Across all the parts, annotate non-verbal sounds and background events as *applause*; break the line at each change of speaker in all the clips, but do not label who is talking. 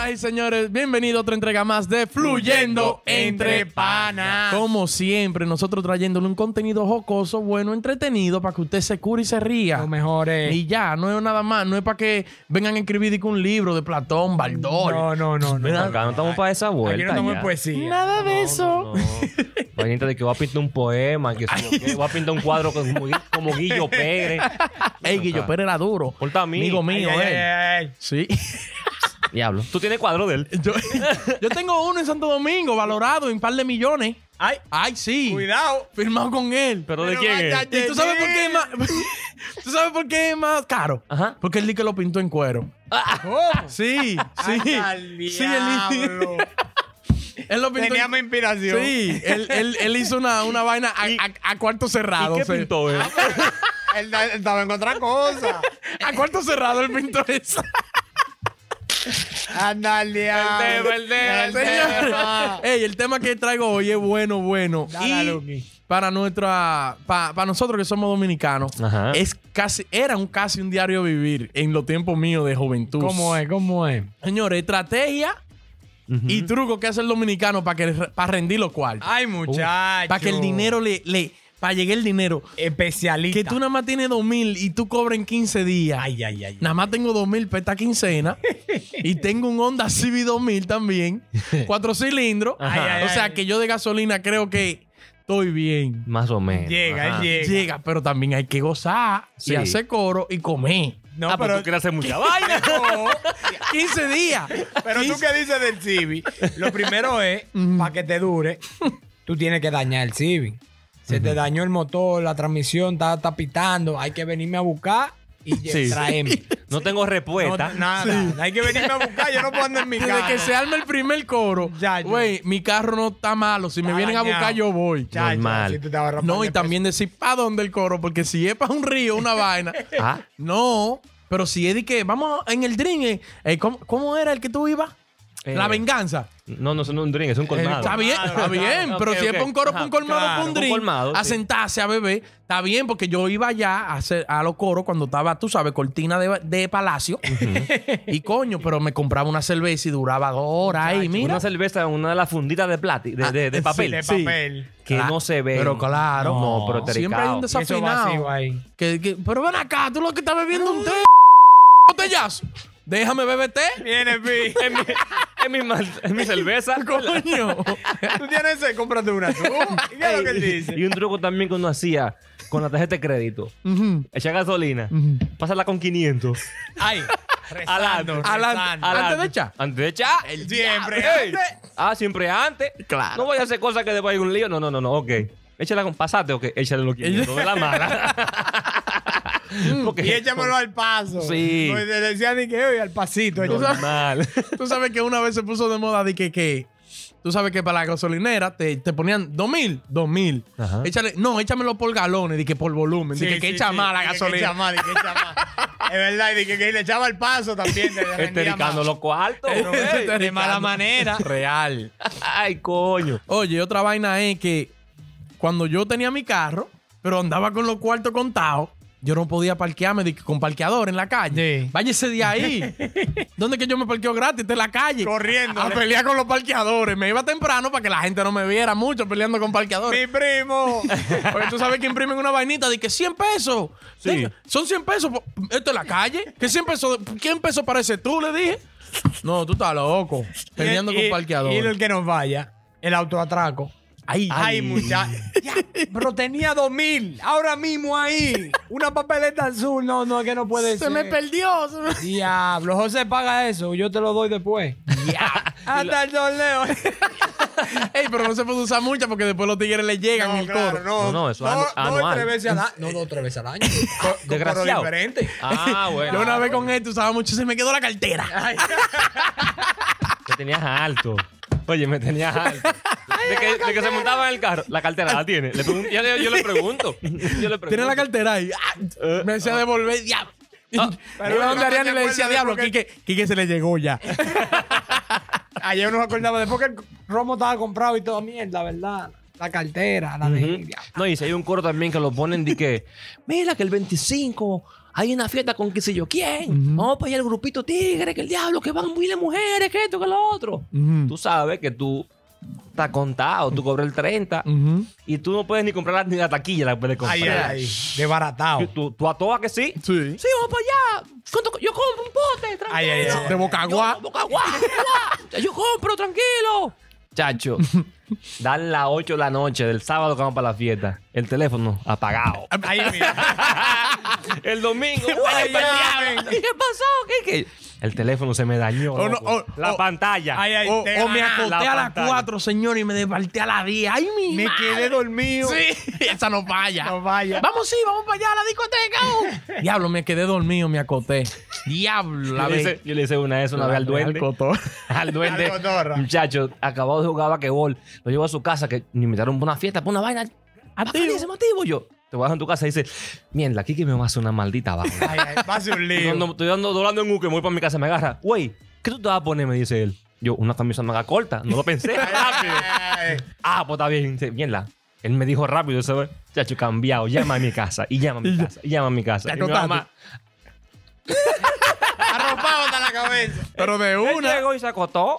Ay, señores, bienvenido a otra entrega más de Fluyendo Entre Panas. Como siempre, nosotros trayéndole un contenido jocoso, bueno, entretenido, para que usted se cure y se ría.
Lo mejor es.
Y ya, no es nada más, no es para que vengan a escribir dic, un libro de Platón, Baldor.
No, no, no, no.
Mira,
Acá no estamos para esa
Aquí
vuelta.
no estamos en
ya.
poesía.
Nada de eso.
No.
*laughs*
Hay gente de que va a pintar un poema, que, si yo qué, va a pintar un cuadro con- como, Gui- como Guillo Pérez.
Ey, Guillo Pérez era duro.
Ponte a mí.
Amigo
Ay,
mío, eh.
ay,
él.
ay, ay.
Sí. *laughs*
Diablo. Tú tienes cuadro de él.
Yo, yo tengo uno en Santo Domingo, valorado en par de millones.
Ay,
Ay, sí.
cuidado.
Firmado con él.
¿Pero de
Pero
quién
vaya-
es?
¿Y tú sabes por qué es más? *laughs* ¿Tú sabes por qué es más caro?
Ajá.
Porque él dice que lo pintó en cuero. *laughs* Sí, Oh, sí. sí, él,
diablo.
*laughs* él lo pintó. en-
Teníamos inspiración.
Sí, él, él- él hizo una, una vaina
*laughs*
a, a- a cuarto cerrado.
¿Y qué
o sea,
pintó él?
Él, él estaba en otra cosa.
*laughs* A cuarto cerrado él pintó eso.
Anda al diablo.
El dedo, el
Señores, *laughs* ey, el tema que traigo hoy es bueno, bueno.
Dale,
y
Luqui.
para nuestra, pa- para nosotros que somos dominicanos,
Ajá.
es casi, era un casi un diario vivir en los tiempos míos de juventud.
¿Cómo es? ¿Cómo es?
Señores, estrategia y truco que hace el dominicano para que para rendir los cuartos.
Ay, muchacho.
para Uh, que el dinero le, le para llegue el dinero.
Especialista.
Que tú nada más tienes dos mil y tú cobras en 15 días.
Ay, ay, ay.
Nada más tengo 2000 para esta quincena.
*laughs*
y tengo un Honda Civic 2000 también. Cuatro cilindros.
Ajá.
o sea que yo de gasolina creo que estoy bien.
Más o menos.
Llega,
Ajá.
llega.
Llega, pero también hay que gozar
Sí.
y hacer coro y comer.
No,
ah, pero
pero.
tú quieres hacer mucha vaina.
No,
15 días.
pero tú
15
qué dices del Civi. Lo primero es, para que te dure, tú tienes que dañar el Civi. Se te dañó el motor, la transmisión está, está pitando, hay que venirme a buscar y
Sí.
traerme.
No tengo
No,
respuesta.
nada, hay que venirme a buscar, yo no puedo andar en *laughs*
*laughs*
mi
Desde
casa.
que se arme el primer coro,
Ya, ya.
güey, mi carro no está malo. Si me
Está
vienen a
dañado.
buscar, yo voy.
Ya, ya,
Normal.
si tú te ahorras
No,
par
y
de
también decir para dónde el coro, porque si es para un río,
*laughs*
una vaina.
Ah,
No, pero si es de que vamos en el drink, eh, eh, ¿cómo, cómo era el que tú ibas?
Eh,
La venganza.
no, no, eso no es un drink, es un
Eh,
colmado.
está bien, está
Colmado,
bien,
Ah, ok,
pero si es
ok.
para un coro,
Ajá,
para un colmado,
claro,
para un
un
drink,
colmado,
a
sí.
sentarse a beber, está bien, porque yo iba allá a, hacer, a los coros cuando estaba, tú sabes, cortina de, de palacio. *laughs* y coño, pero me compraba una cerveza y duraba dos horas ahí, mira.
Una cerveza, una de las funditas de, plati, de, de- de
Ah,
papel.
De
Sí.
papel.
Que
Cla-
no se ve.
Pero claro.
No, pero te
Siempre hay un
Eso vacío
desafinado.
ahí.
Que- que- pero ven acá, tú lo que estás bebiendo
*laughs*
un té. botellazo. Déjame beber té.
Viene,
*laughs*
Pi.
Es mi, mal- es mi cerveza. *laughs*
Coño.
Tú tienes ese, cómprate una tú. ¿Y ¿Qué es lo que él dice?
y un truco también que uno hacía con la tarjeta de crédito.
Ujú.
Echa gasolina. Pásala con 500.
Ay,
rezando,
Adelante. *laughs*
Adelante.
Antes de echar.
Antes de echar.
*laughs*
Siempre.
Ey. Ah, siempre antes. Claro. No voy a hacer cosas que después hay un lío. No, no, no, no. Ok. Échala con. Pasate, ok. Échale los 500 de la
*laughs*
mala. *laughs* Porque-
Y échamelo al paso.
Sí.
Pues le decían ni que "Ey, al pasito. échalo".
Normal. *laughs*
Tú sabes que una vez se puso de moda de que, que tú sabes que para la gasolinera te, te ponían dos mil, dos mil.
Ajá.
Échale, no, échamelo por galones, de que por volumen, de
Sí,
que, que
sí,
echa
sí.
más la
Dije que echa
gasolina.
más, dije que echa más. Es verdad, y dije que le echaba al paso también.
Este
te rendía
Estericando
más.
los cuartos.
*laughs*
Pero,
Ey.
ey, de mala manera.
Real.
Ay, coño.
Oye, otra vaina es que cuando yo tenía mi carro, pero andaba con los cuartos contados, yo no podía parquearme de que con parqueador en la calle.
Sí.
Váyese de
*laughs*
ahí. ¿Dónde que yo me parqueo gratis? Está en la calle.
Corriendo.
A pelear con los parqueadores. Me iba temprano para que la gente no me viera mucho peleando con parqueadores.
Mi primo.
Porque tú sabes que imprimen una vainita de que 100 pesos.
Sí.
Diga, Son 100 pesos. po- Esto es la calle. ¿Qué 100 pesos? ¿Quién peso parece tú? Le dije. No, tú estás loco. Peleando
Y-
con
y-
parqueador.
Y el que nos vaya, el autoatraco.
Ay,
Ay, muchacho. Pero tenía 2000. Ahora mismo ahí. Una papeleta azul. No, no, que no puede
se
ser.
me perdió. se me-
Diablo, José paga eso, yo te lo doy después. Hasta el torneo.
*laughs* Ey, pero no se puede usar mucha porque después los tigres le llegan el coro.
No, no, eso es anu- anual. Ah,
Dos, tres veces al año. No, dos, tres veces *laughs* al año. Con- con
Desgraciado.
coro diferente.
*laughs*
Ah, bueno.
Yo una vez con esto usaba mucho y se me quedó la cartera.
Ah,
Me tenías alto. Oye, me
*laughs*
tenías alto. De que, de que se montaba en el carro, la cartera la tiene. Le pregun- yo, yo- yo le pregunto. Yo le pregunto.
Tiene la cartera ahí. Ah,
Eh,
me decía devolver. Diablo.
Ah,
*laughs* Pero
no
donde
te
Ariane le
acuerdas
decía,
de
diablo,
porque-
Quique, Quique se le llegó ya.
Ayer nos acordaba después que el romo estaba comprado y toda mierda, ¿verdad? La cartera, la de
*laughs* No, y si hay un coro también que lo ponen de que, mira que el 25 hay una fiesta con qué sé yo quién. Vamos para allá el grupito tigre, que el diablo, que van miles de mujeres, que esto, que lo otro. Tú sabes que tú estás contado, tú cobras el 30
Ujú.
y tú no puedes ni comprar la- ni la taquilla la puedes comprar.
Ay, ay, desbaratado.
Tú, tú a todas que sí.
Sí.
Sí, vamos para allá. ¿Cuánto co- Yo compro un pote, tranquilo.
Ay, ay, ay.
De boca agua.
Yo, boca *laughs* agua, agua. Yo compro, tranquilo. Chacho, *laughs* dan las 8 de la noche del sábado que vamos para la fiesta. El teléfono apagado.
Ay, mira.
*laughs* el *laughs* domingo. "Uy,
Ay,
para el
ay,
diablo". ¿Qué pasó? ¿Qué, qué? El teléfono se me dañó.
Oh, no,
loco.
oh,
la
oh.
pantalla.
Ay, ay,
O,
te
o me
ganas
acosté
la
a las
pantalla.
4, señor, y me desperté a las 10. ¡Ay, mi
Me
madre!
quedé dormido.
*laughs*
Sí, *laughs* esa no falla.
No falla.
Vamos, sí, vamos para allá a la
*laughs*
discoteca. oh. Diablo, me quedé dormido, me acoté. Diablo, la
yo, le
vez.
hice, yo le hice una de esas una vez al duende.
cotor.
*laughs* Al duende.
Al cotorra.
Muchacho, acabado de jugar vaquebol. Lo llevo a su casa, que me invitaron para una fiesta, para una vaina. Activo. motivo yo. Te voy a dejar en tu casa y dice, mierda, aquí que me va a hacer una maldita vaina.
Ay, ay, va a ser un
Y
lío.
cuando estoy dando, doblando en U, que me voy para mi casa, me agarra. Güey, ¿qué tú te vas a poner? Me dice él. Yo, una camisa manga corta. No lo pensé. *laughs* rápido.
Ay,
Ah, pues está bien. Dice, mierda. Él me dijo rápido, ¿sabes? Chacho, cambiado. Llama a mi casa.
*laughs*
Y llama a mi casa. Y llama a mi casa.
¿Te
Y mi
acostaste?
mamá-
Arropado hasta la cabeza.
Pero de
Él
una.
llegó y se
*laughs*
acostó.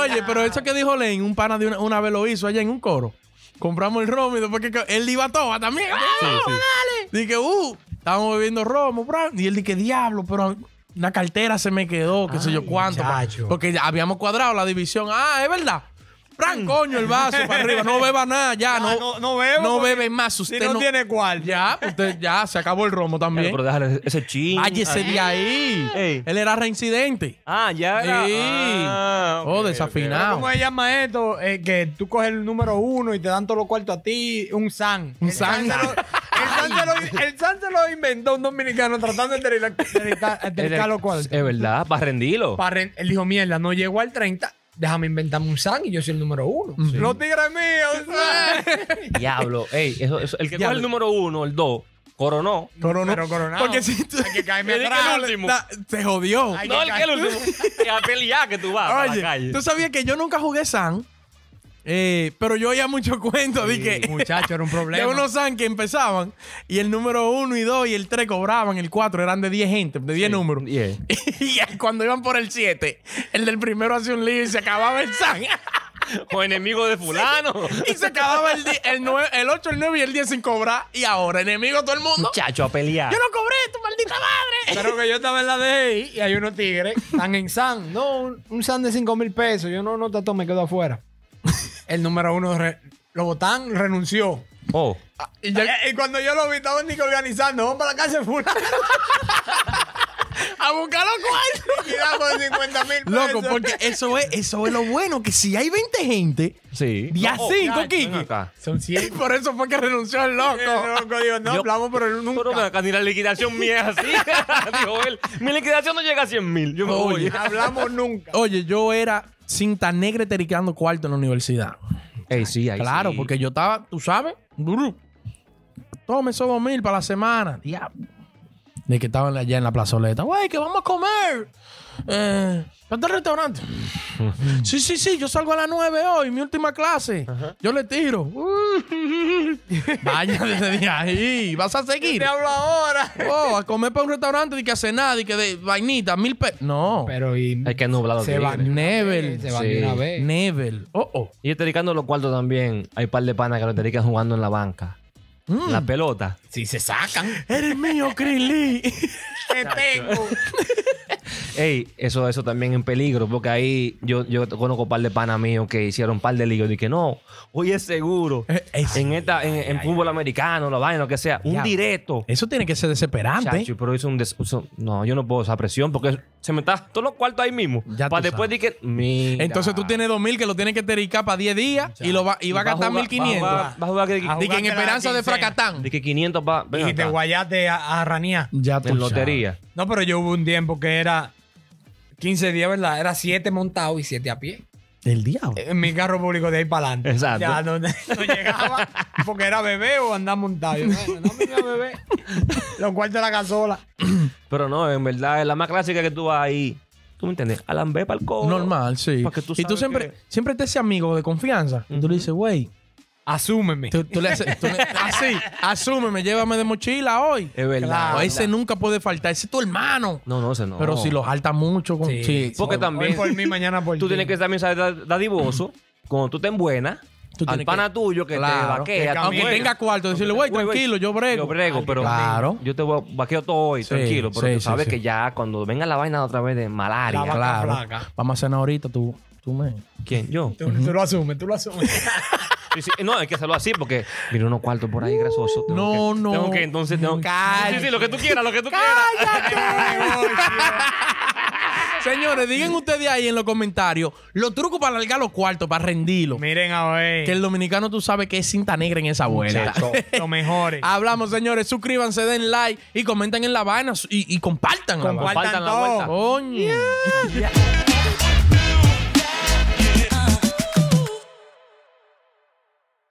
Oye, pero eso que dijo Len, un pana de una, una vez lo hizo allá en un coro. Compramos el romo y después que él iba a toa también. "Ah, ¡Vamos,
sí.
dale! Dije, uh, estábamos bebiendo romo, bra. Y él dije, diablo, pero una cartera se me quedó, qué sé yo cuánto. pa-
muchacho.
Porque ya habíamos cuadrado la división. Ah, es verdad. Fran, coño, el vaso para arriba. No beba nada, ya. No,
No, Mm. Ah, no, no bebo,
No
porque
bebe más.
Si
Usted
no,
no-
tiene cual.
Ya, usted, ya, se acabó el romo
Claro,
también.
pero déjale ese ching.
Váyese de ahí.
Ey.
Él era reincidente.
Ah, ya era.
Sí.
Ah, ok,
oh,
ok.
desafinado.
¿Cómo se llama esto? Eh, que tú coges el número uno y te dan todos los cuartos a ti. Un san.
Un
El san.
san.
se lo- El san, se *laughs* lo, el san se lo inventó un dominicano tratando de enterrar- enterrar enterrar los cuartos.
Es verdad, para rendirlo.
Pa' re- Él dijo, mierda, no llegó al 30. Déjame inventarme un san y yo soy el número uno. Los tigres míos.
Diablo. Ey, eso, eso- el que coge
Diablo.
el número uno, el dos, coronó.
Coronó.
Pero coronado.
Porque si tú.
Hay que caerme
Tiene que
atrás.
el último.
Da- te jodió.
Ay,
No, el que es el último. *laughs* Que a pelear que tú vas a la
Oye,
calle.
tú sabías que yo nunca jugué San, eh, pero yo oía *laughs* mucho cuento de que.
Muchacho, *laughs* era un
De
problema.
unos San que empezaban y el número uno y dos y el tres cobraban, el cuatro eran de 10 gente, de 10 números.
Yeah.
*laughs* Y cuando iban por el 7, el del primero hacía un lío y se acababa el San. *laughs*
O enemigo de fulano.
Y se acababa el 8, el, 8, el 9 y el 10 sin cobrar. Y ahora, enemigo todo el mundo.
*laughs* Muchacho, a pelear.
Yo no cobré, tu maldita madre.
Pero que yo estaba en la DGI y hay unos tigres, están en San. No, un, un San de 5 mil pesos. Yo no, no, tato, me quedo *laughs* afuera. El número uno, re- lo botan, renunció.
Oh.
Y ya-
Eh, Y cuando yo lo vi, estaban ni que organizando. Vamos para la casa de fulano.
*laughs* a buscar los cuartos.
Y damos 50 mil pesos.
Loco, porque eso es, eso es lo bueno, que si hay 20 gente,
Sí.
día
No, oh,
5,
chacho, ven
Kiki.
acá.
Son
Y
100.
por eso fue que renunció el loco.
Loco, digo, no
Yo-
hablamos, pero nunca.
Pero ven acá, ni la liquidación mía es así. *laughs* Dijo él. Mi liquidación no llega a 100 mil. Yo me voy.
Oye.
Hablamos nunca.
Oye, yo era cinta negra y tericando cuarto en la universidad.
Ey, sí, ahí
claro,
sí.
porque yo estaba, tú sabes, bru, tome esos dos mil para la semana. Diablo. De que estaban allá en la plazoleta. Güey, que vamos a comer. Eh, ¿Vete al restaurante? sí, sí, sí, yo salgo a las nueve hoy, mi última clase. Yo le tiro. Vaya desde ahí, vas a seguir.
Te hablo ahora.
Oh, a comer para un restaurante y que a cenar y que de vainita, mil pesos. No.
Pero y.
Hay que nublar
Se van.
Nebel.
Se van
Sí.
de una vez.
Nebel. Oh, oh.
Y estericando los cuartos también. Hay par de panas que lo esterican jugando en la banca.
Mm.
La pelota.
Si se sacan.
Eres mío, Chris
*laughs*
Lee.
Te tengo.
Ey, eso, eso también en peligro, porque ahí yo, yo conozco un par de panas míos que hicieron un par de líos. Dije, no, hoy es seguro.
Eh, eh, sí.
en esta, en, en fútbol americano, la vaina, lo que sea, un
Ya.
directo.
Eso tiene que ser desesperante.
Chacho, pero hizo un des- hizo- No, yo no puedo esa presión porque se me está todos los cuartos ahí mismo.
Ya
para
tú
después dije, mira.
Entonces tú tienes 2000 que lo tienes que tericar para 10 días y, lo va, y va a gastar
jugar- Va a
1500.
jugar, va a jugar que-
Ah,
Dije en
Jugártela
Esperanza
la
de
quincena.
Fracatán.
dije 500 para.
Y te guayaste a, a Ranía.
Ya
En lotería.
No, pero yo hubo un tiempo que era 15 días, ¿verdad? Era 7 montados y 7 a pie.
El diablo.
En mi carro público de ahí para adelante.
Exacto.
Ya no, *laughs* no llegaba porque era bebé o andaba montado. Yo, bueno, no me iba a bebé. Los cuartos de la casola.
Pero no, en verdad, es la más clásica que tú vas ahí. ¿Tú me entiendes? Alambé para el codo.
Normal, sí.
Para que tú
y tú
sabes
siempre,
que-
siempre te ese amigo de confianza. Y tú le dices, güey,
Asúmeme.
Tú, tú le haces. tú
*laughs*
le- así, asúmeme, llévame de mochila hoy.
Es verdad.
Claro.
O ese nunca puede faltar, ese es tu hermano.
No, no, ese Ah, no.
Pero si lo jalta mucho, con,
Sí.
sí,
Porque
sí.
también-
Hoy por mí, mañana por
Tú
ti.
tienes que también ser dad- dadivoso. Cuando tú estés en buena,
Tú
al
tienes
pana tuyo que
Claro.
te vaquea.
Que
tú
aunque
camine.
juegas.
tenga cuarto, decirle, güey, tranquilo, yo brego.
Yo brego, pero
Claro.
yo te voy a- vaqueo todo hoy,
Sí,
tranquilo. Pero
sí,
tú
sí,
sabes
sí.
que ya cuando venga la vaina otra vez de malaria.
La vaca
Claro.
flaca.
Vamos a cenar ahorita, tú, tú me.
¿Quién? Yo.
Tú, tú lo asumes, tú lo asumes. *laughs*
Sí, sí, No, hay que hacerlo así porque mira unos cuartos por ahí grasosos. tengo
Uh, no,
que-
no.
Tengo que entonces tengo que.
Cállate.
Sí, sí, lo que tú quieras, lo que tú quieras.
Señores, digan ustedes ahí en los comentarios los trucos para alargar los cuartos, para rendirlos.
Miren a ver.
Que el dominicano tú sabes que es cinta negra en esa vuelta.
Chacho, Lo mejores.
*laughs* Hablamos, señores. Suscríbanse, den like y comenten en la vaina y, y compartan. la vaina.
Compartan
Compartan la
todo.
vuelta.
Coño.